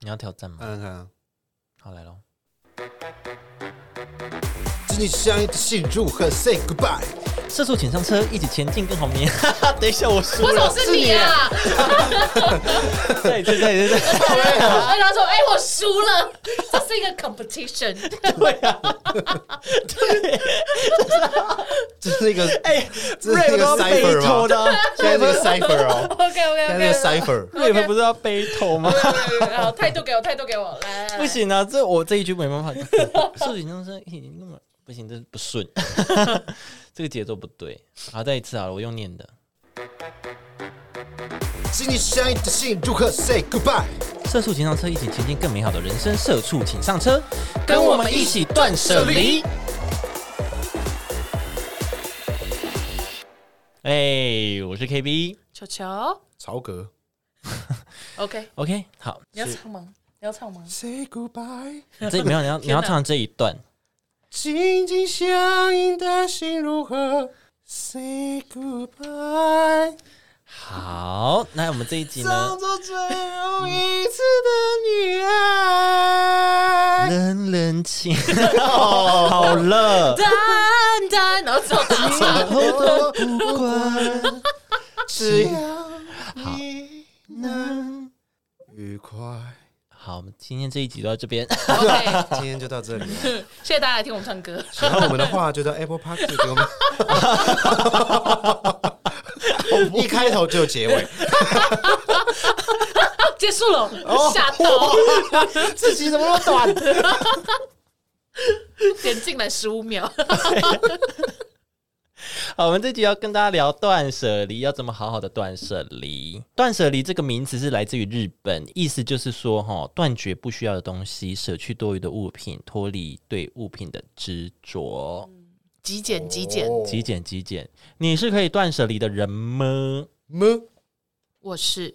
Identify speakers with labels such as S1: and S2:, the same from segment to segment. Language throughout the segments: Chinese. S1: 你要挑战吗？
S2: 看看看啊，
S1: 好，来喽。
S2: 祝你相爱的幸福和 say goodbye。
S1: 射速请上车，一起前进更好眠。等一下我输
S3: 为什么
S1: 了，
S3: 是你啊？
S1: 再一次，再一次，再一次
S3: 然后他说：“哎、我输了，这是一个 competition。
S1: 对啊，对，
S2: 这是一个，
S1: 哎
S2: 这是
S1: ，rap
S2: 一个
S1: 都要
S2: cipher
S1: 背头的啊
S2: 吗？现在是一个 cipher ”哦，
S3: OK OK
S2: 现在
S3: OK，
S2: 是一个 cipher。
S1: ，rap 不是要背头吗？
S3: 好，态度给我，态度给我，来，来
S1: 不，行啊，这我这一句没办法。射速请上车，一起那么不行，这不顺，这个节奏不对。好，再一次好了，我用念的。
S2: 祝你相爱的幸福和 say goodbye。
S1: 社畜请上车，一起前进更美好的人生。社畜请上车，跟我们一起断舍离。哎、我是 KB。
S3: 球球
S2: 曹格
S3: ，OK，
S1: OK，好，
S3: 你要唱吗？你要唱吗？
S2: ，say goodbye。
S1: 这没有你要你要唱这一段，
S2: 紧紧相依的心如何？Say goodbye。
S1: 好，那我们这一集呢
S2: 当？做最后一次的女爱。
S1: 冷冷 清，好了，
S3: 丹丹，然后之后打
S1: 以后都
S2: 不管，只要你
S1: 能
S2: 愉快。
S1: 好，我们今天这一集就到这边。
S3: ，OK，
S2: 今天就到这里了。
S3: 谢谢大家来听我们唱歌。
S2: 喜欢我们的话，就到 Apple Park 给我们。一开头就结尾，
S3: 结束了，
S1: 哦
S3: 吓到，
S2: 自己怎么那么短？
S3: 点进来十五秒，
S1: 好，我们这集要跟大家聊断舍离，要怎么好好的断舍离。断舍离这个名词是来自于日本，意思就是说，哈，断绝不需要的东西，舍去多余的物品，脱离对物品的执着。
S3: 极
S2: 哦
S3: 简极简，
S1: 极简，极简，你是可以断舍离的人吗？
S2: 么？
S3: 我是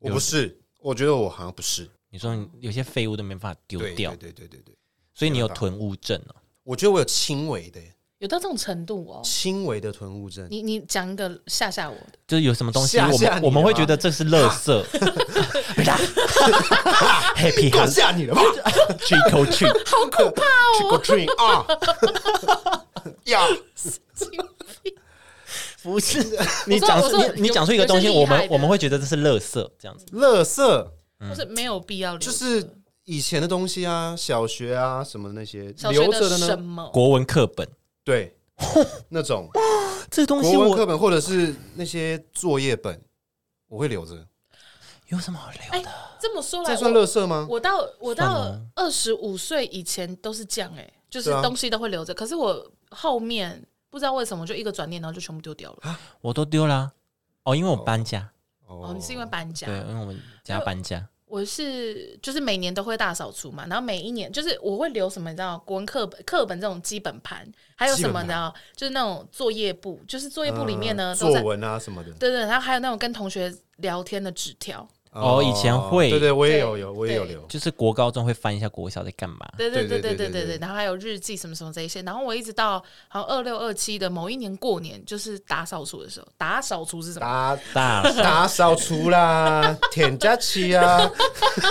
S2: 我不是，我觉得我好像不是。
S1: 你说你有些废物都没办法丢
S2: 对
S1: 掉，
S2: 对对对对对，
S1: 所以你有
S2: 没办法
S1: 囤物症哦、
S2: 我觉得我有轻微的
S3: 有到这种程度哦。
S2: 轻微的囤物症。
S3: 你你讲一个吓吓我的，
S1: 就是有什么东西，
S2: 吓
S1: 我
S2: 吓
S1: 们
S2: 你啊
S1: 我们会
S2: 了吗
S1: 觉得这是垃 圾。Happy
S2: 够
S1: house
S2: 吓你了吧
S1: 去口去，
S3: 好可怕
S2: ？Trick or treat 啊！ 呀，
S1: 不是你
S3: 我说
S1: 讲
S3: 我说
S1: 出你你
S3: 有
S1: 讲出一个东西，
S3: 有些
S1: 我
S3: 厉害
S1: 们
S3: 的
S1: 我们会觉得这是垃圾这样子。
S2: 垃圾
S3: 哦，就是没有必要留着，
S2: 嗯就是以前的东西啊，小学啊什么的那些
S3: 小学
S2: 留着的
S3: 什
S2: 呢？
S3: 么？
S1: 国文课本
S2: 对，那种
S1: 这东西
S2: 国文课
S1: 我
S2: 本或者是那些作业本，我会留着。
S1: 有什么好聊
S3: 哎
S1: 的？
S3: 这么说来，
S2: 这算
S3: 我
S2: 垃圾吗？
S3: 我到我到
S1: 算
S3: 二十五岁以前都是这样哎、就是
S2: 对啊
S3: 东西都会留着，可是我后面不知道为什么就一个转念，然后就全部丢掉了。
S1: 我都丢啦。哦，因为我搬家，
S3: 哦，你是因为搬家
S1: 对，？因为我们家搬家，
S3: 我是就是每年都会大扫除嘛，然后每一年就是我会留什么，你知道国文课本课本这种基本盘，还有什么
S2: 基本盘
S3: 你知道，就是那种作业簿，就是作业簿里面呢、
S2: 嗯
S3: 都
S2: 作
S3: 在
S2: 文啊什么的。
S3: 对对，然后还有那种跟同学聊天的纸条，
S1: 哦以前会
S2: 对对，我也
S3: 对
S2: 有有，我也有
S3: 对
S2: 留。
S1: 就是国高中会翻一下国小在干嘛。
S3: 对对
S2: 啊对
S3: 对
S2: 对对
S3: 对对对
S2: 对
S3: 对，然后还有日记什么什么这一些，然后我一直到好像二六二七的某一年过年，就是打扫除的时候，打扫除是什么？
S2: 打
S1: 大
S2: 打扫除啦， 舔家期 啊，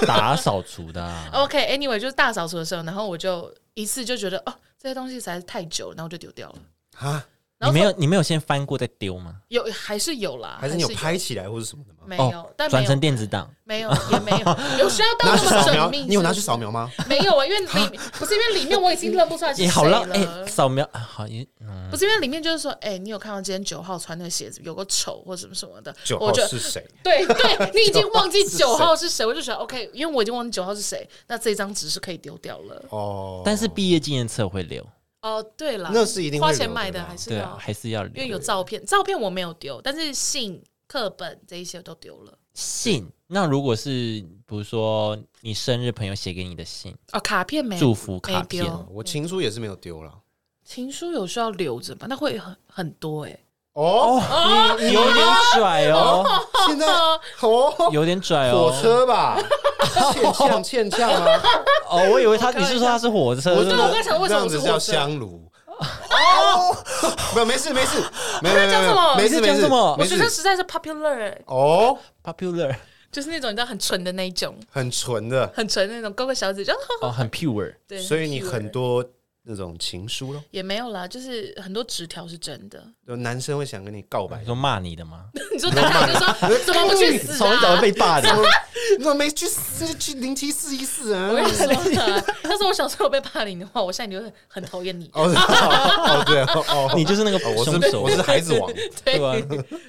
S1: 打扫除的啊、
S3: OK，Anyway，、就是大扫除的时候，然后我就一次就觉得哦，这些东西实在是太久了，然后就丢掉了。
S2: 啊，
S3: 然
S1: 你
S3: 后
S1: 没有你没有先翻过再丢吗？
S3: 有还是有啦，
S2: 还是
S3: 是
S2: 你有拍起来或者什么的吗？
S3: 没有？
S1: 哦
S3: 但，没
S1: 转
S3: 有
S1: 成电子档。
S3: 没有也没 有，有需要到
S2: 拿去
S3: 那么
S2: 扫描，
S3: 缜密？
S2: 你有拿去
S3: 是
S2: 扫描吗？
S3: 不是？没有啊，因为 里不是因为里面我已经认不出来是
S1: 也好
S3: 谁
S1: 浪
S3: 了。
S1: 哎，扫描啊好也嗯，
S3: 不是因为里面就是说，哎、你有看到今天九号穿那个鞋子有个丑或什么什么的，
S2: 九
S3: 我
S2: 号
S3: 就是
S2: 谁？
S3: 对对，你已经忘记
S2: 九
S3: 九
S2: 号
S3: 号是谁，我 就觉得 OK，因为我已经忘记九号是谁，那这张纸是可以丢掉了。
S2: 哦，
S1: 但是毕业纪念册会留，
S3: 哦，对了，
S2: 那是一定会
S3: 花钱
S2: 留的
S3: 买
S2: 啦
S3: 还是
S1: 对
S3: 要，
S1: 啊，还是要
S3: 因为有
S1: 留。
S3: 照片，照片我没有丢，但是信、课本这一些都丢了。
S1: 信，那如果是比如说你生日朋友写给你的信，
S3: 哦，卡片没
S1: 祝福卡
S3: 没丢
S1: 片
S2: 我情书也是没有丢了。
S3: 情书有需要留着吗？那会很很多哎、
S2: 哦，
S1: 哦，有点拽哦，
S2: 现在哦，
S1: 有点拽哦。
S2: 火车吧，
S3: 哦
S2: 欠呛欠呛啊！
S1: 哦，我以为他，
S3: 我开
S1: 你
S3: 玩
S1: 是说他是火车？
S2: 我
S1: 是
S2: 真
S1: 不
S3: 对
S1: 是
S3: 我刚想为
S2: 这
S3: 什么
S2: 样子
S3: 是
S2: 叫
S3: 火车
S2: 香炉。哦，没有，没事没事，没有没有没
S3: 讲什
S2: 有，
S3: 么
S2: 没
S1: 你在
S2: 事
S1: 讲
S2: 没事
S1: 什么
S3: 我
S2: 没
S3: 觉得
S2: 事。
S3: 实在是 popular 哎、
S2: 哦，
S1: popular
S3: 就是那种你知道很纯的那一种，
S2: 很纯的，
S3: 很纯的那种勾个小指就，
S1: 哦，很 pure。
S3: 对，
S2: 所以你
S3: pure
S2: 很多那种情书咯，
S3: 也没有啦，就是很多纸条是真 的。
S2: 就男生会想跟你告白
S1: 你，说骂你的吗？
S3: 你说大家就说怎么不去死
S1: 从小
S3: 啊
S1: 就？被霸凌，
S2: 你怎么没去死去零七四一四啊
S3: 我？跟你说啊，要是我小时候有被霸凌的话，我现在就会很讨厌你。
S2: 哦是哦对哦哦，
S1: 你就是那个
S2: 哦我
S1: 凶
S2: 是
S1: 手
S2: 我，是孩子王，
S3: 对
S1: 对吧？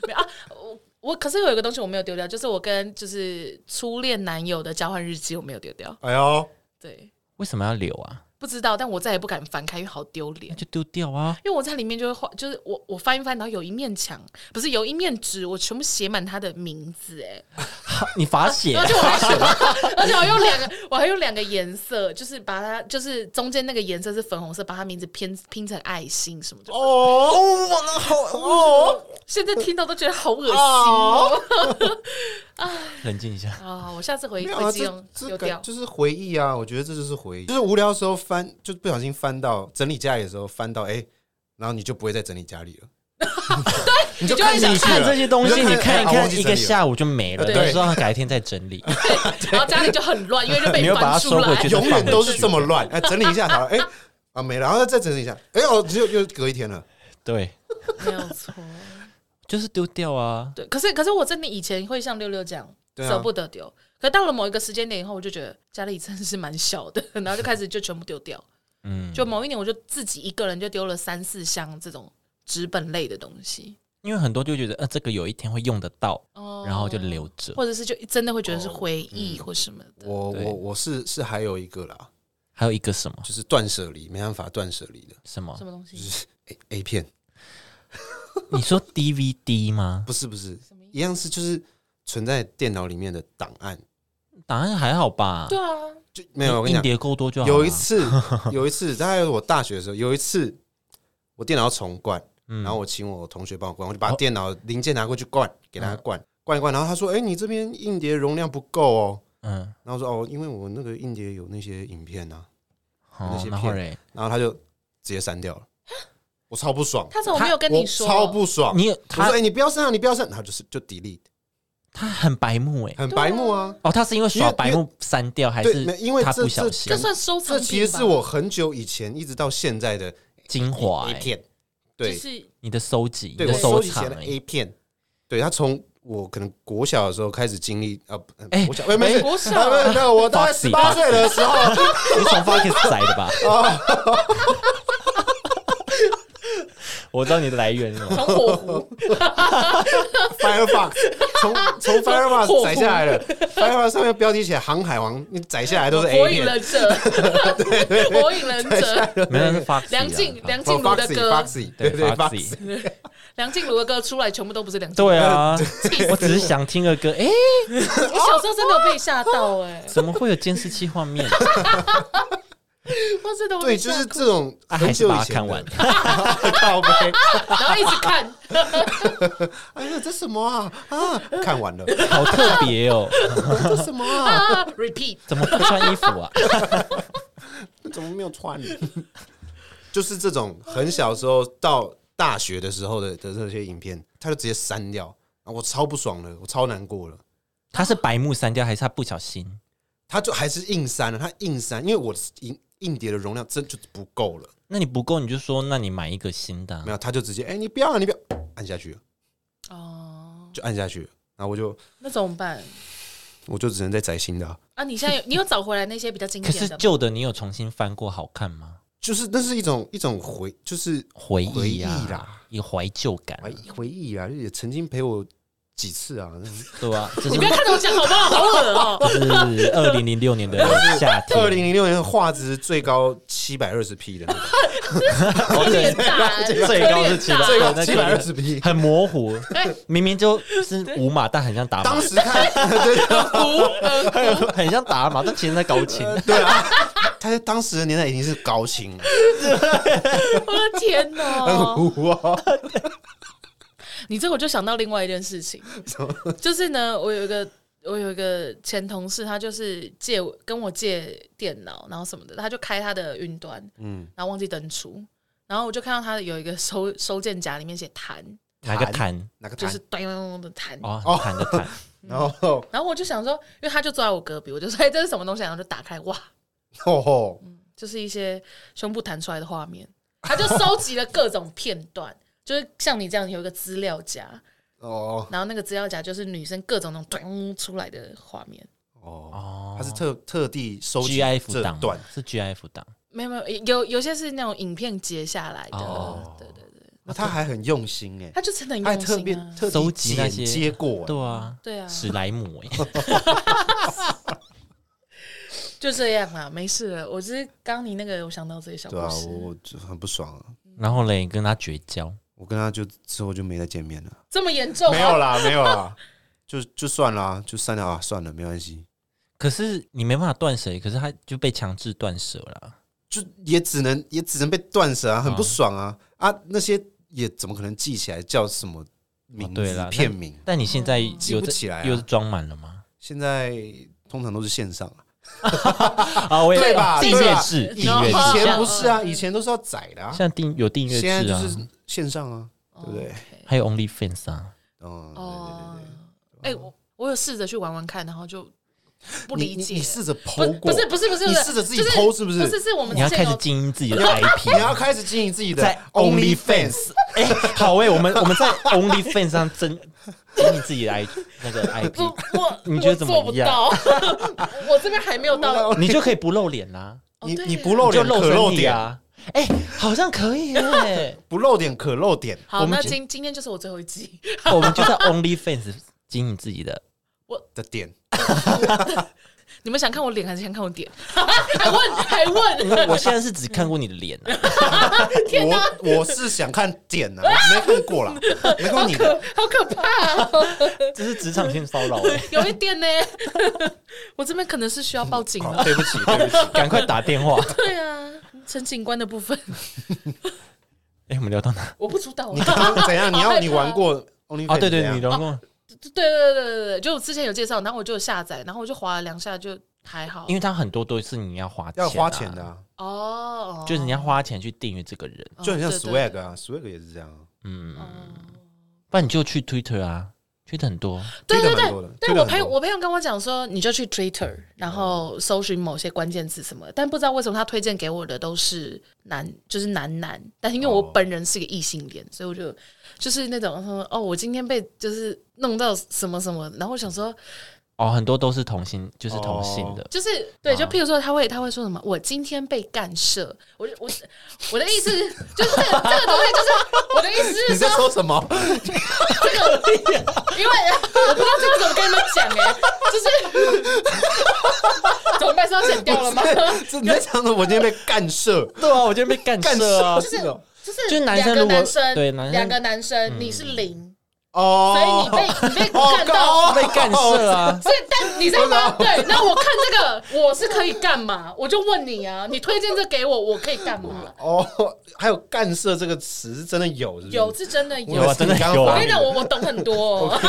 S3: 没有啊，我我可是有一个东西我没有丢掉，就是我跟就是初恋男友的交换日记我没有丢掉。
S2: 哎呦，
S3: 对，
S1: 为什么要留啊？
S3: 不知道，但我再也不敢翻开，因为好丢脸
S1: 那。就丢掉 啊！
S3: 因为我在里面就会画，就是我我翻一翻，然后有一面墙，不是有一面纸，我全部写满他的名字，哎，
S1: 你罚写
S3: 而且我还， 而且我用两个，我还用两个颜色，就是把它，就是中间那个颜色是粉红色，把它名字拼拼成爱心什么的。
S2: 哦哦，我那好哦，
S3: 现在听到都觉得好恶心哦。
S1: 冷静一 下。
S3: 啊，我下次回
S2: 没有
S3: 回
S2: 啊，
S3: 寄
S2: 这
S3: 用
S2: 这
S3: 丢
S2: 感
S3: 掉。
S2: 就是回忆啊，我觉得这就是回忆，就是无聊的时候翻，就不小心翻到整理家里的时候翻到，哎，然后你就不会再整理家 里了，你就
S3: 你就会
S2: 看进
S3: 想
S1: 你
S2: 去
S1: 看
S2: 了
S1: 这些东西，
S2: 啊就
S1: 你看一
S2: 哎啊忘
S1: 看
S2: 记
S1: 一
S2: 整
S1: 个
S2: 理了
S1: 下午就没了，
S2: 对
S1: 然后改天再整 理。
S3: 然后家里就很乱，因为就
S1: 没
S3: 被
S1: 有把它
S3: 翻出
S1: 收回
S3: 来
S1: 去。
S2: 永远都是这么乱。哎，整理一下好了，哎、啊没了，然后再整理一下，哎、哦，只有又隔一天了。
S1: 对，
S3: 没有错。
S1: 就是丢掉啊。
S3: 对，可是可是我真的以前会像六六这样，
S2: 对啊
S3: 舍不得丢。可到了某一个时间点以后，我就觉得家里真的是蛮小的， 然后就开始就全部丢掉。
S1: 嗯，
S3: 就某一年，我就自己一个人就丢了三四箱这种纸本类的东西，
S1: 因为很多就觉得，呃，这个有一天会用得到，
S3: 哦
S1: 然后就留着。
S3: 或者是就真的会觉得是回忆或什么的。
S2: 我
S1: 对
S2: 我我是是还有一个啦，
S1: 还有一个什么
S2: 就是断舍离，没办法断舍离的
S1: 什么
S3: 什？么东西？
S2: A A 片，
S1: 你说 DVD 吗？
S2: 不是不是
S3: 什么意，思
S2: 一样是就是存在电脑里面的档案，
S1: 答案还好吧？
S3: 对啊，
S2: 就没有我跟你
S1: 硬
S2: 讲，
S1: 碟够多就好。
S2: 有一，次 有一次大概我大学的时候，有一次我电脑要重灌，
S1: 嗯哦
S2: 然后我请我同学帮我灌，我就把电脑零件拿过去灌，给他灌、灌一灌，然后他说，哎、你这边硬碟容量不够哦，
S1: 嗯，
S2: 然后说哦，因为我那个硬碟有那些影片啊，那
S1: 好
S2: 些，片
S1: 然后嘞，
S2: 然后他就直接删 掉了，我超不爽，
S3: 他怎么没有跟
S2: 我
S3: 你说？
S2: 超不爽。
S1: 你有
S2: 我说哎、
S1: 他
S2: 你不要删啊，你不要删，然后就是就 delete，
S1: 他很白目哎。
S2: 很白目啊。
S1: 哦，他是因为
S2: 因
S1: 耍
S2: 为
S1: 白目删掉，还
S2: 对
S1: 是
S2: 没因为
S1: 他
S2: 这
S1: 不小
S2: 这
S1: 心
S3: 这算收
S2: 这
S3: 藏啊品吧
S2: 其实是我很久以前一直到现在的
S1: 精华
S2: A
S1: 欸？
S2: 片，
S3: 就
S2: 对
S3: 是
S1: 你的收集，你
S2: 对，
S1: 的
S2: 我
S1: 收
S2: 收集起
S1: 藏欸
S2: 来的
S1: 而已
S2: A 片，对他从我可能国小的时候开始经历啊，不
S1: 哎
S2: 国小哎没事，
S3: 国小
S2: 啊没有没有，我大概
S1: Foxy，
S2: 十八岁的时候
S1: 你 从 Fox 来的吧？
S2: 哦
S1: 我知道你的来源是 什么。
S3: 从火狐
S2: ，Firefox 从从 Firefox 载下来了，Firefox 上面标题写“航海王”，你载下来都是
S3: 火
S2: A
S3: 影
S2: 片，
S3: 忍者，火 影忍者，
S1: 没有那是 Fox
S3: 梁静梁静茹的
S2: 啊 Foxy
S3: 歌，
S2: Foxy，对
S1: 对
S2: 对
S1: Foxy
S2: Foxy，
S3: 梁静茹的歌出来全部都不是梁静茹。
S1: 对啊，我只是想听个歌，哎、
S3: 我小时候真的有被吓到哎，
S2: 哦
S1: 怎么会有监视器画面？
S3: 我真的会
S2: 对，
S3: 被
S2: 就
S3: 吓
S2: 是
S3: 哭
S2: 这种
S1: 啊、
S2: 很
S1: 还是
S2: 久
S1: 把
S2: 以
S1: 它
S2: 前
S1: 看
S2: 的
S1: 完。
S2: 靠背，
S3: 然后一直看，
S2: 哎呀，这什么啊啊，看完 了，
S1: 好特别哦，
S2: 这什么啊，
S3: 啊，repeat。
S1: 怎么不穿衣服啊？
S2: 怎么没有穿？就是这种很小时候到大学的时候的的这些影片，他就直接删掉，然后我超不爽了，我超难过了。
S1: 他是白目删掉，还是他不小心？
S2: 他就还是硬删了，他硬删，因为我硬硬碟的容量真就不够了，
S1: 那你不够，你就说，那你买一个新的啊、
S2: 没有，他就直接哎、你不要、啊，你不要，按下去了，
S3: 哦，
S2: 就按下去了，然后我就
S3: 那怎么办？
S2: 我就只能再载新的啊、
S3: 啊，你 现在有你有找回来那些比较经
S1: 可
S3: 典
S1: 是
S3: 的吗？
S1: 旧的你有重新翻过，好看吗？
S2: 就是那是一种一种回，就是
S1: 回
S2: 回
S1: 忆
S2: 忆啊
S1: 呀、
S2: 啦
S1: 有怀旧感啊、
S2: 回回忆啊，就也曾经陪我几次 啊，
S1: 对吧、这
S3: 你不要看着我讲好不好？好恶 哦！
S1: 是是二零零六年的夏天，
S2: 二零零六年的画质最高七百二十 P 的那个，
S1: 哦对
S3: 脸大，
S1: 最高是七百，
S2: 最高
S1: 对
S2: 七百二十 P，
S1: 很模糊
S3: 哎，
S1: 明明就是五码，但很像打
S2: 当
S1: 码，
S2: 时看 对 啊
S3: 呃
S1: 很像打码，但其实在高清。
S2: 对啊，他在当时的年代已经是高清了，
S3: 我的天 哪！
S2: 哇，
S3: 你这我就想到另外一件事情，就是呢，我有一个我有一个前同事，他就是借我跟我借电脑，然后什么的，他就开他的云端，嗯，然后忘记登出，然后我就看到他有一个收收件夹里面写“谈”，
S1: 哪个弹？
S2: 哪个
S3: 就
S2: 弹
S3: 是，嗯咚咚咚的弹。
S1: 哦，弹的 弹，
S2: 然后
S3: 然后我就想说，因为他就坐在我隔壁，我就说：“哎，这是什么东西？”然后就打开，哇，
S2: 吼吼，
S3: 就是一些胸部弹出来的画面。他就收集了各种片段，就是像你这样有一个资料夹，
S2: 哦
S3: 然后那个资料夹就是女生各种那种咚出来的画面。
S2: 哦，
S1: 哦，
S2: 他是特特地收集
S1: GIF
S2: 这
S1: 档吗
S2: 段，
S1: 是 GIF 档，
S3: 没有没有，有有些是那种影片截下来的，
S1: 哦
S3: 对对对，
S2: 啊他还很用心哎，
S3: 他就真的很
S2: 他还
S3: 用
S2: 特别
S3: 心啊，
S2: 特地
S1: 收集那
S2: 剪
S1: 些
S2: 接过，
S1: 对啊，
S3: 对啊，
S1: 史莱姆哎，
S3: 就这样啦，没事了。我只是刚你那个，我想到这些小故
S2: 对啊，
S3: 事，
S2: 我我就很不爽啊，
S1: 然后嘞跟他绝交，
S2: 我跟他就之后就没再见面了，
S3: 这么严重、啊？
S2: 没有啦，没有啦，就就算啦，就删掉啊，算了，没关系，
S1: 可是你没办法断舍离，可是他就被强制断舍了，
S2: 就也只能也只能被断舍啊，很不爽啊啊，那些也怎么可能记起来叫什么名
S1: 哦对啦
S2: 字
S1: 那
S2: 片名？
S1: 但你现在
S3: 嗯
S2: 记
S1: 有
S2: 不
S1: 在
S2: 起来啊
S1: 又是装满了吗？
S2: 现在通常都是线上啊，
S1: 啊，我也
S2: 对吧
S1: 订
S2: 对
S1: 阅
S2: 吧
S1: 制，
S3: 以
S1: 订阅
S2: 以
S1: 制
S3: 哦，
S2: 前不是啊，以前都是要载的啊
S1: 现，在订有订阅
S2: 现在
S1: 制啊
S2: 就，是线上啊，对不对？
S1: 还有 OnlyFans 啊，
S2: 嗯，
S3: 哦
S2: 对对对对，，
S3: 哎、我我有试着去玩玩看，然后就不
S2: 你
S3: 理
S2: 你
S3: 解，
S2: 你试着
S3: 不
S2: 剖
S3: 不
S2: 过，
S3: 是不是不是，
S2: 你
S3: 不是
S2: 试着自己
S3: 就是
S2: PO 是不是
S3: 不是，是我们
S1: 你要
S3: 之
S1: 开
S3: 前
S1: 始
S3: 有
S1: 经营自己的
S2: 你要
S1: IP，
S2: 你要开始经营自己的
S1: 在 OnlyFans。哎、好哎、我们我们在 OnlyFans 上增经营自己的 I 那个
S3: 不
S1: IP，
S3: 我
S1: 你觉得怎么
S3: 我做不
S1: 样
S3: 到， 我这边还没有到，
S1: 你就可以不露脸啦、
S3: 哦
S2: 你
S3: 对
S2: 你不露
S1: 你就
S2: 脸
S1: 露
S2: 可露
S1: 身体
S2: 点，
S1: 啊。哎、好像可以哎、
S2: 不露点可露点。
S3: 好，
S1: 我们
S3: 那
S1: 就
S3: 今今天就是我最后一集，
S1: 我们就在 OnlyFans 经营自己的。
S2: 的点，
S3: 你们想看我脸还是想看我点？ 还问还问，
S1: 我现在是只看过你的脸、啊，
S2: 我我是想看点啊，没看过 啦，没看过你的，
S3: 好可怕、哦，
S1: 这是职场性骚扰哎，
S3: 有一点呢， 我这边可能是需要报警
S2: 好
S3: 了。
S2: 哦对不起，对不起，
S1: 赶快打电 话。
S3: 对啊，陈警官的部分
S1: 哎、我们聊到哪？
S3: 我不知道啊，
S2: 你刚刚怎样？你
S3: 好害
S2: 要
S3: 怕
S2: 你玩过 Only
S1: 哦，对对，你聊过，
S3: 对对对对对，就我之前有介绍，然后我就有下载，然后我就划了两下就还好，
S1: 因为它很多都是你要花钱、
S2: 要花钱的，啊，
S3: 哦，
S1: 就是你要花钱去订阅这个人。
S3: 哦
S2: 就很像
S3: 对对对
S2: Swag 啊，Swag 也是这样啊，
S1: 嗯，
S3: 哦
S1: 不然你就去 Twitter 啊，Twitter 很多。
S3: 对对
S2: Twitter 蛮
S3: 对
S2: 多的
S3: 对，
S2: Twitter
S3: 我
S2: 很
S3: 朋友
S2: 多
S3: 我朋友跟我讲说，你就去 Twitter，然后搜寻某些关键字什么的，但不知道为什么他推荐给我的都是男，就是男男，但是因为我
S2: 哦
S3: 本人是个异性恋，所以我就就是那种说哦，我今天被就是弄到什么什么，然后我想说
S1: 哦，很多都是同性，就是同性的。
S3: 就是对，就譬如说他会他会说什么，我今天被干涉，我就我我的意思是就是这个这个东西就是我的意思
S2: 你
S3: 是
S2: 在
S3: 说
S2: 说什么？
S3: 因为 我不知道这个怎么跟你们讲哎、就是 怎么办？是要剪掉 了吗？
S2: 这你在讲的，我今天被干涉，
S1: 对啊，我觉得被干
S2: 干
S1: 涉啊
S2: 涉，
S3: 就是
S2: 哦
S3: 就是
S1: 就是男
S3: 两
S1: 生
S3: 个
S1: 如果
S3: 男生
S1: 对男生嗯
S3: 两个男生，你是零，所以
S2: 哦
S3: 你被你被干到，
S1: 被干涉啊。
S3: 所以但你知道吗？对，那我看这个我是可以干嘛？我就问你啊，你推荐这给我，我可以干
S1: 嗯
S3: 嘛？
S2: 哦，还有“干涉”这个词是真的有，是不是
S3: 有，是真的有，
S1: 有啊真的有
S3: 我
S1: 啊
S3: 跟你讲，我我懂很多、哦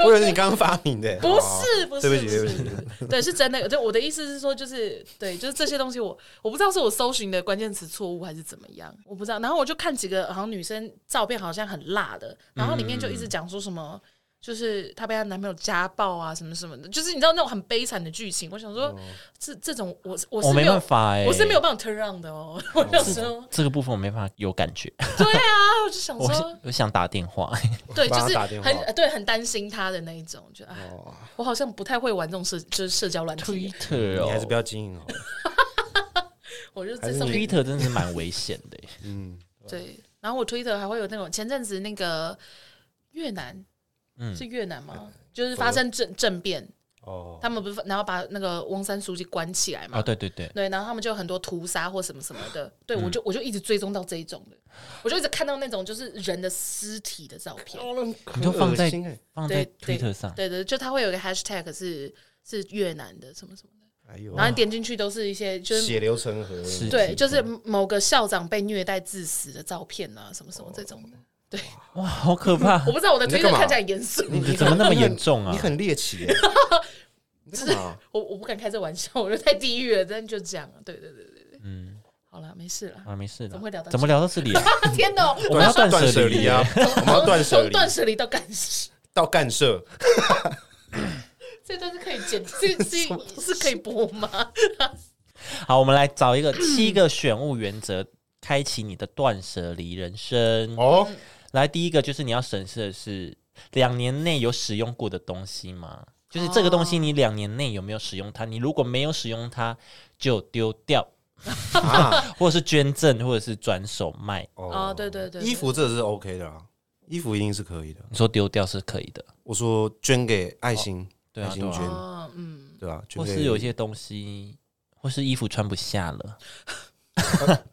S2: 我以为是你刚刚发明的，
S3: 不是，不
S2: 哦
S3: 是，
S2: 对不起，对不
S3: 是
S2: 起，
S3: 对，是真的。就我的意思是说，就是对，就是这些东西我，我不知道是我搜寻的关键词错误还是怎么样，我不知道。然后我就看几个好像女生照片，好像很辣的，然后里面就
S2: 嗯
S3: 一直讲说什么，就是她被她男朋友家暴啊，什么什么的，就是你知道那种很悲惨的剧情。我想
S2: 哦
S3: 说，这这种我我
S1: 我
S3: 是没
S1: 没
S3: 有
S1: 办法哎、
S3: 我
S2: 欸
S3: 是没有办法 turn on 的哦。 我想说，
S1: 这个部分我没办法有感觉，
S3: 对啊，我就想
S1: 我
S3: 说，
S1: 我想打电话，
S3: 对，
S2: 帮
S3: 就
S2: 她
S3: 是
S2: 打电话
S3: 很对很担心她的那一种，就哎，
S2: 哦，
S3: 我好像不太会玩这种社就是社交软体，
S1: Twitter
S2: 你还是不
S1: 哦
S2: 要经营好了。
S3: 我就
S2: 还
S3: 这
S2: 是
S3: 上面
S1: ，Twitter 真的是蛮危险 的、欸。
S2: 嗯，
S3: 对，然后我 Twitter 还会有那种前阵子那个越南，
S1: 嗯呃
S3: 是越南吗？就是发生政政变，
S2: 哦，
S3: 他们不是然后把那个翁山书记关起来嘛？
S1: 哦，对对对，
S3: 对，然后他们就有很多屠杀或什么什么 的，对我
S1: 嗯
S3: 就我就一直追踪到这一种的，我就一直看到那种就是人的尸体的照片，
S1: 你就放在
S2: 很恶心欸
S1: 放在
S3: 对对
S1: Twitter 上，
S3: 对对，就它会有一个 hashtag 是是越南的什么什么的，
S2: 哎呦
S3: 然，后你点进去都是一些就是
S2: 血流成河，
S1: 是
S3: 对，就是某个校长被虐待致死的照片啊，什么什么这种的，对，
S1: 哇，好可 怕
S3: 我！不知道我的
S2: 你在
S3: Twitter
S2: 干嘛
S3: 看起来很严肃，
S1: 你 怎么那么严重啊
S2: 你？很猎奇欸，你在干嘛？
S3: 啊
S2: 啊
S3: 我我不敢开这玩笑，我觉得太地狱了，但就这样，对对对对对，嗯，好了，没事了。
S1: 啊，没事
S3: 怎
S1: 的
S3: 么。会聊到
S1: 怎么聊到这里啊？
S3: 天哪！
S1: 我们要
S2: 断
S1: 断舍
S2: 舍
S1: 离
S2: 啊， 我们要断舍
S3: 从
S2: 离
S3: 断舍离到干事，
S2: 到干涉，
S3: 这段是可以剪，这这是可以播吗？
S1: 好，我们来找一个七个选物原则，开启你的断舍离人生。
S2: 哦，
S1: 来，第一个就是你要审视的是两年内有使用过的东西吗？就是这个东
S3: 哦
S1: 西，你两年内有没有使用它？你如果没有使用它，就丢掉，
S2: 啊，
S1: 或者是捐赠，或者是转手卖。
S3: 哦，对对对，对
S2: 衣服这是 OK 的啊，衣服一定是可以的。
S1: 你说丢掉是可以的，
S2: 我说捐给爱心，
S1: 对啊
S2: 爱心
S1: 对
S2: 捐，
S3: 哦， 嗯，
S2: 对吧？捐
S1: 或
S2: 给
S1: 是有一些东西，或是衣服穿不下了。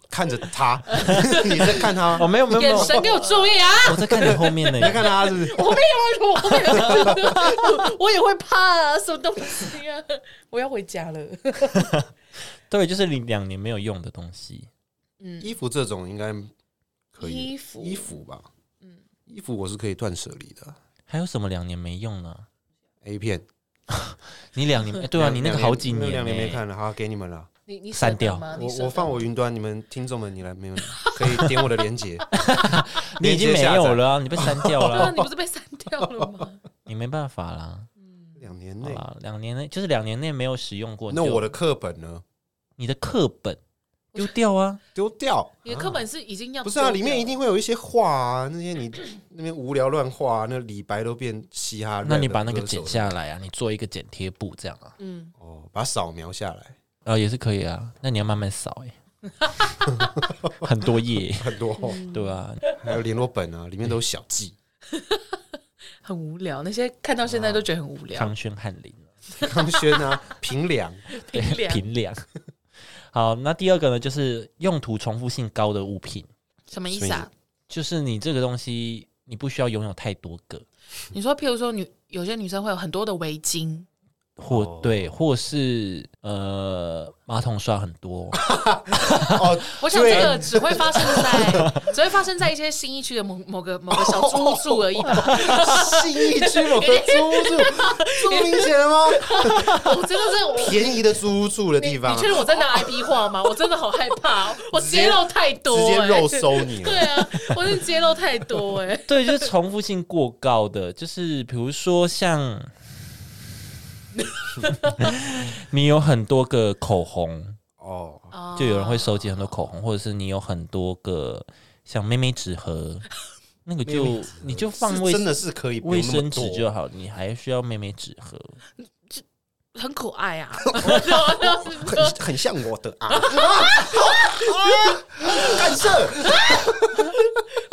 S2: 看着他， 你在看他
S1: 哦，
S2: 吗，
S1: 没有没有没
S3: 眼
S1: 有，
S3: 神给我注意 啊！
S1: 我在看你后面呢
S2: 你。在看他是不是？
S3: 我没有，我没有，我也会怕啊，什么东西啊？我要回家了。
S1: 对，就是你两年没有用的东西。
S3: 嗯，
S2: 衣服这种应该可以，
S3: 衣服嗯
S2: 衣服吧，衣服我是可以断舍离的。
S1: 还有什么两年没用呢？
S2: A 片，
S1: 你两 年、哎对啊，
S2: 两
S1: 你那个
S2: 两
S1: 好几
S2: 没有
S1: 年、
S2: 两年没
S1: 欸，
S2: 看了，好给你们了。
S3: 你你
S1: 删
S3: 舍得
S1: 掉
S3: 吗你舍
S2: 我
S3: 得
S2: 我放我云端，你们听众们，你来没有？可以点我的链 接，
S1: 你已经没
S2: 连接
S1: 有
S2: 下载。
S1: 了啊、你被删掉
S3: 对啊，
S1: 了，
S3: 你不是被删掉了吗？
S1: 你没办法啦。
S2: 两年
S1: 好
S2: 内，
S1: 啦，两年内就是两年内没有使用过，
S2: 那
S1: 就
S2: 我的课本呢？
S1: 你的课本丢掉 啊，
S2: 丢掉？
S3: 你的课本是已经要
S2: 不是啊，
S3: 丢
S2: 里面
S3: 掉
S2: 一定会有一些画啊，那些你那边无聊乱画啊，那李白都变嘻哈 rap 歌手
S1: 那
S2: 了。
S1: 你把那个剪下来啊，你做一个剪贴布这样啊，
S3: 嗯，
S2: 哦，把它扫描下来，
S1: 啊也是可以啊。那你要慢慢扫 哎、 很多页欸、
S2: 很多哦、
S1: 对啊，
S2: 还有联络本啊，里面都有小 记。
S3: 很无聊。那些看到现
S2: 啊
S3: 在都觉得很无聊。
S1: 康轩翰林。
S2: 康轩啊，平 凉，
S1: 对
S3: 平凉
S1: 平凉。 好，那第二个呢，就是用途重复性高的物品，
S3: 什么意思啊？
S1: 就是你这个东西你不需要拥有太多个，
S3: 你说，譬如说女有些女生会有很多的围巾，
S1: 或、
S2: 哦
S1: 对，或是呃马桶刷很多，
S2: 哦，
S3: 我想这个只会发生在 只会发生在一些新一区的某某个某个小租屋住而已
S1: 哦
S3: 吧。
S2: 信义区某个租屋 住，这么明显了吗？
S1: 哦
S3: 我哦真的是我。
S2: 便宜的租屋住的
S3: 你
S2: 地方啊
S3: 你，确定我在拿 IP 话吗？我真的好害怕哦、我揭露太多、
S2: 直接
S3: 哎
S2: 肉搜你
S3: 对
S2: 了。
S3: 啊，我是揭露太多哎、
S1: 对，就是重复性过高的，就是比如说像 你有很多个口红，
S2: 哦，
S3: 哦
S1: 就有人会收集很多口红，或者是你有很多个像妹妹纸盒，那个就你就放
S2: 是
S1: 位
S2: 真的是可以不
S1: 卫
S2: 用那
S1: 生
S2: 么多
S1: 纸就好，你还需要妹妹纸盒。
S3: 很可爱啊，
S2: 很很像我的 啊，干涉
S3: 他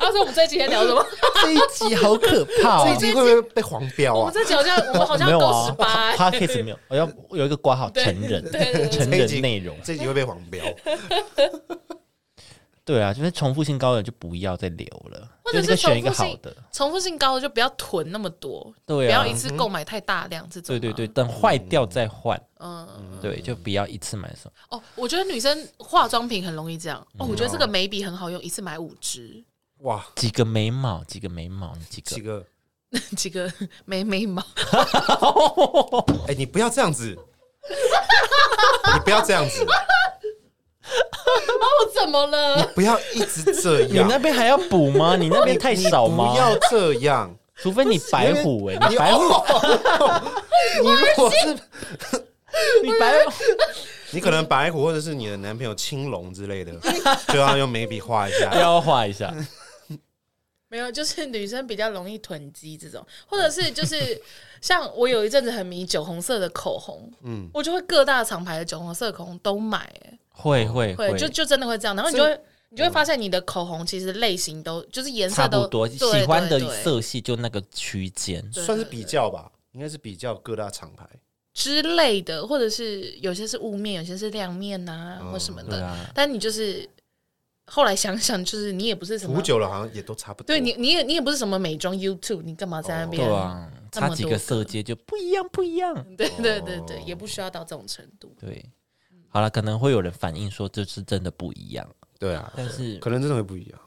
S3: 啊说我们这几天聊什么？
S1: 这一集好可怕哦
S2: 这一集会不会被黄标
S3: 我
S2: 啊
S3: 们？这集好像我们好像
S1: 没有
S3: 够十
S1: 啊
S3: 八、哎
S1: p o d c a s t 没有，我要有一个挂号
S3: 对
S1: 成人
S3: 对对对对
S1: 成
S2: 这一
S1: 人
S2: 集
S1: 内容。
S2: 这一集会被黄标，
S1: 对啊，就是重复性高的就不要再留了，
S3: 或
S1: 就是
S3: 者是
S1: 个选一个
S3: 重复性
S1: 好的。
S3: 重复性高的就不要囤那么多，
S1: 对
S3: 不
S1: 啊
S3: 要一次购买太大量这种、啊
S1: 对对对，，等坏掉再换。
S3: 嗯，
S1: 对，就不要一次买什么。
S3: 哦，我觉得女生化妆品很容易这样。
S1: 嗯
S3: 哦，我觉得这个眉笔很好用，一次买五支，
S2: 哇，
S1: 几个眉毛，几个眉毛，你几
S2: 几
S1: 个？
S2: 个，
S3: 几个眉眉 毛，
S2: 哎，你不要这样子，你不要这样子，
S3: 我怎么了？
S2: 不要一直这
S1: 你那
S2: 样，
S1: 边还要补 吗？你那边太少吗
S2: 不？要这样，
S1: 除非你白虎哎，你
S2: 你哦
S1: 白虎，
S2: 你如果是
S1: 你白虎，
S2: 你可能白虎或者是你的男朋友青龙之类的，就要用眉笔画一下。
S1: 要画一 下。
S3: 没有，就是女生比较容易囤积这种，或者是就是 像我有一阵子很迷酒红色的口红，嗯，我就会各大厂牌的酒红色口红都买、哎
S1: 会会会，
S3: 会
S1: 嗯
S3: 就就真的会这样，然后你就会。你就会发现你的口红其实类型都就是颜
S1: 差
S3: 色
S1: 不
S3: 都
S1: 多，
S3: 对
S1: 喜欢的
S3: 对对
S1: 色系就那个区间。
S3: 对
S2: 算是比较吧，应该是比较各大厂牌。
S3: 之类的，或者是有些是雾面，有些是亮面呐、
S2: 嗯
S3: 或什么
S1: 对
S3: 的。
S1: 啊，
S3: 但你就是后来想想，就是你也不是什
S2: 涂
S3: 么，
S2: 久了好像也都差不多。
S3: 对你你也你也不是什么美妆 YouTube，你干嘛在那边？
S1: 对啊，
S3: 那
S1: 差
S3: 么
S1: 几
S3: 多
S1: 个
S3: 个
S1: 色阶就不一样，不一样。
S3: 对对对对
S2: 哦，
S3: 也不需要到这种程度。
S1: 对，
S3: 嗯
S1: 好了，可能会有人反映说这是真的不一样，
S2: 对啊，
S1: 但是
S2: 可能真的会不一样。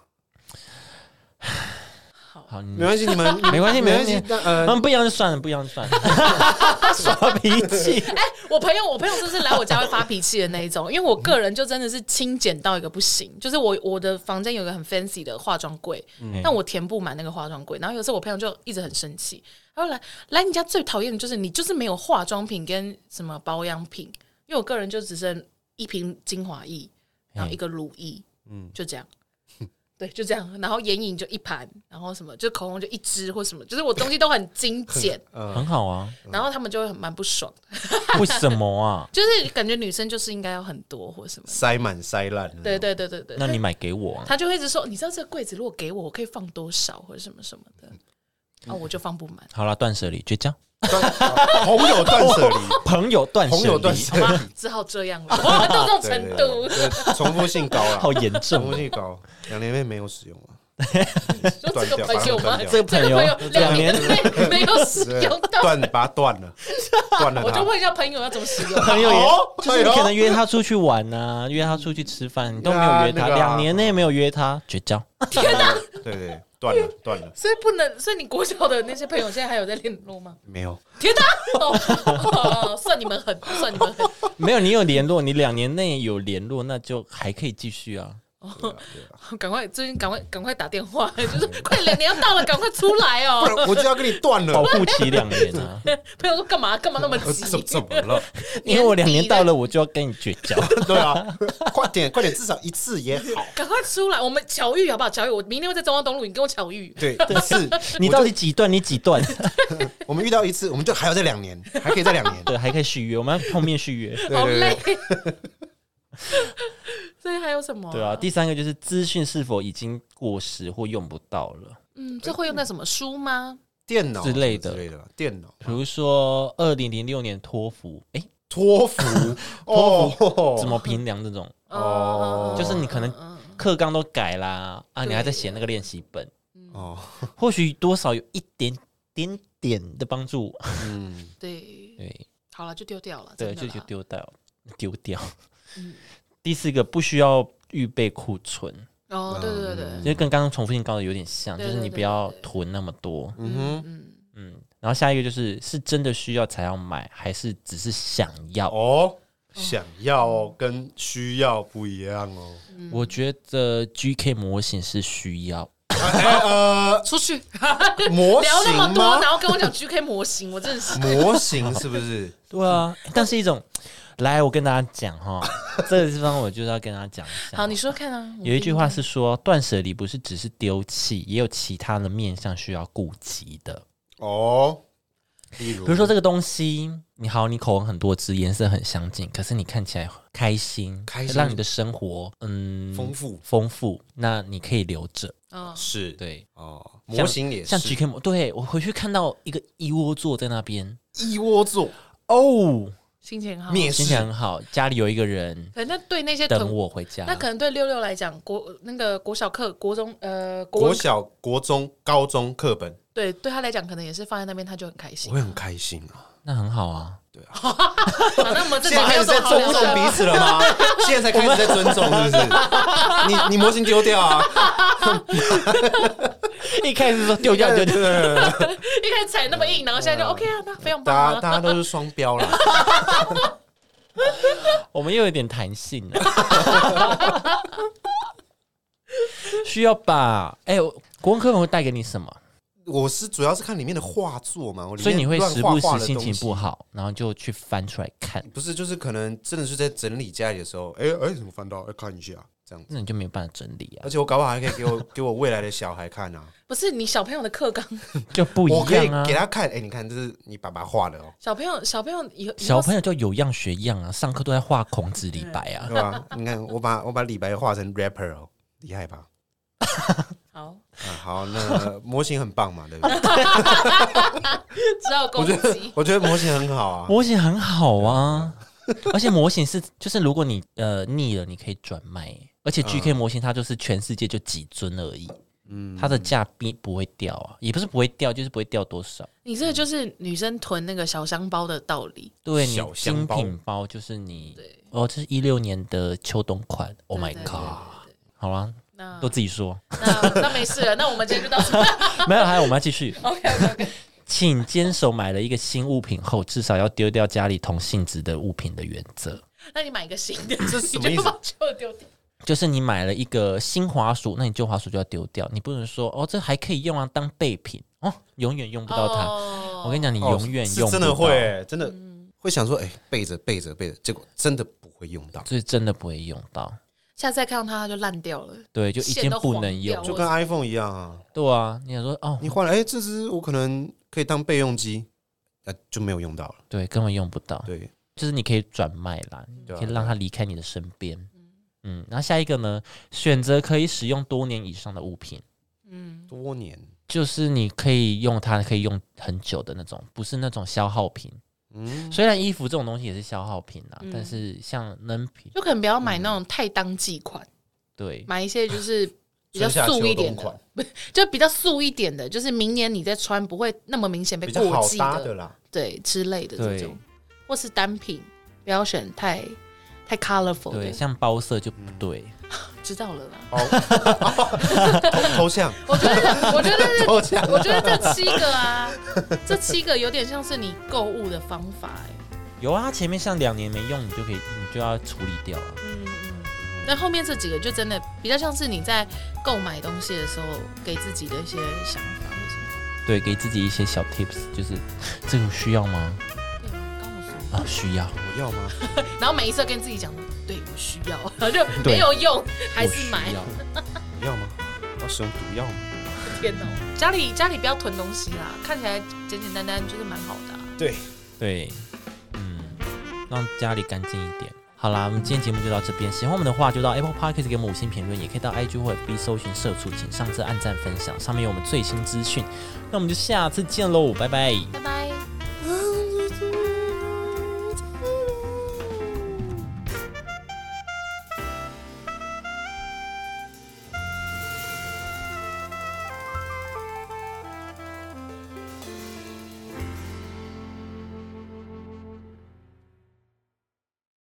S3: 好，
S1: 好，你
S2: 没关系，你们
S1: 没关系
S2: 没
S1: 没
S2: 关系
S1: 关，
S2: 但呃，
S1: 嗯，不一样就算了，不一样就算了， 耍脾气。
S3: 我朋友，我朋友真是来我家会发脾气的那一种，因为我个人就真的是精简到一个不行，就是我我的房间有一个很 fancy 的化妆柜，但我填不满那个化妆柜，然后有时候我朋友就一直很生气，他说来来你家最讨厌的就是你就是没有化妆品跟什么保养品，因为我个人就只剩一瓶精华液，然后一个乳液，嗯，就这样。对，就这样，然后眼影就一盘，然后什么就口红就一支或什么，就是我东西都很精简，
S2: 嗯
S1: 很好啊，
S3: 然后他们就会很蛮不爽的
S1: 为什么 啊？
S3: 就是感觉女生就是应该要很多或什么。
S2: 塞满塞烂了，
S3: 对对对对对，
S1: 那你买给我啊，
S3: 他就会一直说，你知道这个柜子如果给我，我可以放多少或者什么什么
S2: 嗯
S3: 的，啊，我就放不 满。
S1: 好了，断舍离绝交，
S2: 朋友断舍离，
S1: 朋友断舍离，
S2: 朋友断舍
S3: 好
S2: 离，
S3: 吧，只好这样了，我们到这种程
S2: 对
S3: 度
S2: 对，对对重复性高了，
S1: 好严
S2: 重 复
S1: 重。
S2: 性高，两年内没有使用啊，
S3: 就
S2: 断
S3: 这个
S2: 掉
S3: 朋友吗
S2: 把？它断掉
S1: 这个
S3: 这
S1: 朋
S3: 个
S1: 友
S3: 朋友两
S1: 两
S3: 年
S1: 年，
S3: 内没有使用到，
S2: 断把它断了，断了
S3: 我就
S2: 它。
S3: 问一下朋友要怎么使用。
S1: 朋友
S2: 哦
S1: 也，就是你
S2: 哎呦
S1: 可能约他出去玩啊，约他出去吃饭，你都没有约
S2: 那
S1: 他，
S2: 个啊
S1: 两年内没有约他，绝交。
S3: 天哪！
S2: 对对，对断了断了，
S3: 所以不能，所以你国小的那些朋友现在还有在联络吗？
S2: 没有
S3: 天哪！哦，算你们狠，算你们狠。
S1: 没有，你有联络，你两年内有联络，那就还可以继续啊。
S3: 赶快，最近赶快赶快打电话，就是快两年要到了，赶快出来哦！
S2: 我就要跟你断
S1: 保
S2: 了，
S1: 护期两年啊，
S3: 朋友说干嘛干嘛那么
S2: 我怎
S3: 急？
S2: 怎哦么了？
S1: 因为我两年到了，我就要跟你绝交。
S2: 对啊，快点快点，至少一次也好。
S3: 赶快出来，我们巧遇好不好？巧遇，我明天会在中央东路，你跟我巧遇。
S2: 对，一次
S1: 你到底几段？你几 段？
S2: 我们遇到一次，我们就还要再 两年，还可以再两年。
S1: 对，还可以续约，我们要碰面续 约。
S2: 对
S3: 好
S2: 对
S3: 累
S2: 对，。
S3: 所以还有什么、
S1: 对啊，，第三个就是资讯是否已经过时或用不到了。
S3: 嗯，这会用在什么书吗？
S2: 电脑
S1: 之类的
S2: 之类的吧，电脑
S1: 比如说，二零零六年托福，哎、
S2: 托 福哦，
S1: 怎么评量这种，
S2: 哦
S1: 就是你可能
S3: 嗯
S1: 课纲都改啦，啊，
S3: 对
S1: 你还在写那个练习本，
S2: 哦？
S1: 或许多少有一点点点的帮助。
S2: 嗯，
S3: 对，
S1: 对
S3: 好了，就丢掉了。
S1: 对，
S3: 真
S1: 就
S3: 的
S1: 就
S3: 啦。
S1: 丢掉丢掉。
S3: 嗯
S1: 第四个，不需要预备库存，
S2: 嗯
S3: 哦，对对对对，
S1: 就跟刚刚重复性高的有点像，就
S3: 对
S1: 是你
S3: 对
S1: 不
S3: 对
S1: 要
S3: 对
S1: 囤那么多。
S2: 嗯哼，
S3: 嗯，
S1: 嗯，然后下一个就是是真的需要才要买，还是只是想要？
S2: 哦，想要哦跟需要不一样哦。
S3: 嗯
S1: 我觉得 GK 模型是需要，
S2: 哎呃，
S3: 出去
S2: 模
S3: 聊那
S2: 型
S3: 么多，
S2: 吗
S3: 然？后跟我讲 GK 模型，我真的是
S2: 模型是不是？
S1: 对啊，但是一种，来我跟大家讲哈， 这个地方我就是要跟大家讲一下。
S3: 好，你说看啊。我
S1: 有一句
S3: 听
S1: 话是说，断舍离不是只是丢弃，也有其他的面向需要顾及的。
S2: 哦，例如，
S1: 比如说这个东西，你好，你口红很多支，颜色很相近，可是你看起来开心，
S2: 开心
S1: 让你的生活嗯
S2: 丰富
S1: 丰富，那你可以留着。
S3: 嗯，
S2: 是
S1: 对，
S2: 哦，
S1: 像
S2: 模型也
S1: 像
S2: 是
S1: GK 模，对我回去看到一个一窝座在那边，
S2: 一窝座
S1: 哦，
S3: 心情好。
S2: 面
S1: 心情
S2: 试
S1: 很好，家里有一个人
S3: 可能对那些囤
S1: 等我回家，
S3: 那可能对六六来讲，国那个国小课、国中呃国
S2: 国
S3: 文
S2: 小、国中、高中课本，
S3: 对对他来讲，可能也是放在那边，他就很开
S2: 我
S3: 心。
S2: 会很开心啊。
S1: 那很好啊。
S3: 好那我们这
S2: 现在开始在尊重彼
S3: 此。
S2: 此了 吗？现在才开始在尊重，是不 是？你你模型丢掉 啊！
S1: 一开始说丢掉丢掉，
S3: 一开始踩那么硬，然后现在就 OK 啊，那非常
S2: 嗯
S3: 棒
S2: 大家
S3: 啊。
S2: 大家都是双标啦。
S1: 我们又有点弹性了， 需要吧？哎、我国文课本会带给你什么？
S2: 我是主要是看里面的画作嘛，我里面
S1: 所以你会时不
S2: 乱画画
S1: 时
S2: 的
S1: 心
S2: 东西
S1: 情不。好，然后就去翻出来看，
S2: 不是，就是可能真的是在整理家里的时候，哎、哎、怎么翻到？哎、看一下这样子。
S1: 那你就没有办法整理啊
S2: 而，且我搞不好还可以给我 给我未来的小孩看啊，
S3: 不是你小朋友的课纲，
S1: 就不一
S2: 我可以
S1: 样啊
S2: 给。他看，哎、你看这是你爸爸画的哦，
S3: 小朋友小朋友以后
S1: 小朋
S3: 友
S1: 友就有样学样啊，上课都在画孔子、李白啊
S2: 对。 吧？你看我把我把李白画成 rapper 哦，厉害吧？
S3: 好
S2: 啊，好，那模型很棒嘛，对不对？
S3: 知道攻
S2: 我觉得
S3: 击。
S2: 我觉得模型很好啊，
S1: 模型很好啊，而且模型是就是如果你呃腻了，你可以转卖。而且 GK 模型它就是全世界就几尊而已，嗯，它的价并不会掉啊，也不是不会掉，就是不会掉多少。
S3: 你这个就是女生囤那个小香包的道理。
S1: 对你
S2: 小
S1: 精
S2: 香包
S1: 品包就是你
S3: 对
S1: 哦，这是一六年的秋冬款，Oh my
S3: 对对嗯
S1: god！好啦，啊
S3: 那
S1: 都自己说。
S3: 那那没事了，那我们今天就到此。
S1: 没有，还有我们要继续。
S3: OK OK OK。
S1: 请坚守买了一个新物品后，至少要丢掉家里同性质的物品的原则。
S3: 那你买一个新的，
S2: 这是什么意
S3: 你
S2: 思
S3: 就把旧的丢掉。
S1: 就是你买了一个新滑鼠，那你旧滑鼠就要丢掉，你不能说哦，这还可以用啊，当备品哦，永远用不到它。
S3: 哦嗯
S1: 我跟你讲，你
S2: 哦
S1: 永远
S2: 是
S1: 用不到，
S2: 真的会、，真的会想说，哎、背着背着背着，结果真的不会用到，
S1: 就是真的不会用到。
S3: 下次再看到它，它就烂掉了。
S1: 对，就已
S3: 线
S1: 经
S3: 都
S1: 不
S3: 黄
S1: 能用
S3: 掉。
S2: 就
S3: 了
S2: 跟 iPhone 一样啊。
S1: 对啊，你想说哦，
S2: 你换了，哎、这只我可能可以当备用机，那、就没有用到了。
S1: 对，根本用不到。
S2: 对，
S1: 就是你可以转卖啦，
S2: 对
S1: 啊
S2: 啊
S1: 可以让它离开你的身边。嗯，然后下一个呢，选择可以使用多年以上的物品，
S3: 嗯，
S2: 多年，
S1: 就是你可以用它，可以用很久的那种，不是那种消耗品。
S2: 嗯，
S1: 虽然衣服这种东西也是消耗品啦，
S3: 嗯
S1: 但是像能品，
S3: 就可能不要
S2: 嗯
S3: 买那种太当季款，
S1: 对
S3: 买一些就是比较
S2: 春夏秋
S3: 素一
S2: 冬
S3: 点
S2: 款
S3: 的，就比较素一点的，就是明年你再穿不会那么明显被
S2: 比较
S3: 过
S2: 好
S3: 季
S2: 搭的啦。
S3: 对之类的这
S1: 对
S3: 种，或是单品，不要选太太 colorful
S1: 对，
S3: 的。
S1: 像包色就不对。
S3: 知道了啦，
S2: 哦，头头像，
S3: 我觉得，我觉得是
S2: 头 像，
S3: 我觉得这七个啊，这七个有点像是你购物的方法、欸，
S1: 有啊，前面像两年没用，你就可以，你就要处理掉啊。
S3: 嗯嗯。那后面这几个就真的比较像是你在购买东西的时候给自己的一些想法或什么。
S1: 对，给自己一些小 tips，就是 这个需要吗？
S3: 对，刚我说。
S1: 啊，需要。
S2: 我要吗？
S3: 然后每一次跟自己讲，对我需要， 然后就没有用，还是买
S1: 我需。要
S2: 我要吗？我要使用毒药吗？
S3: 天哪，家里家里不要囤东西啦，看起来简简单单就是蛮好的啊、
S2: 对，
S1: 对，嗯，让家里干净一点。好啦，我们今天节目就到这边。喜欢我们的话，就到 Apple Podcast 给我们五星评论，也可以到 IG 或 FB 搜寻“社畜”，请上这按赞分享，上面有我们最新资讯。那我们就下次见喽，拜拜。
S3: 拜拜。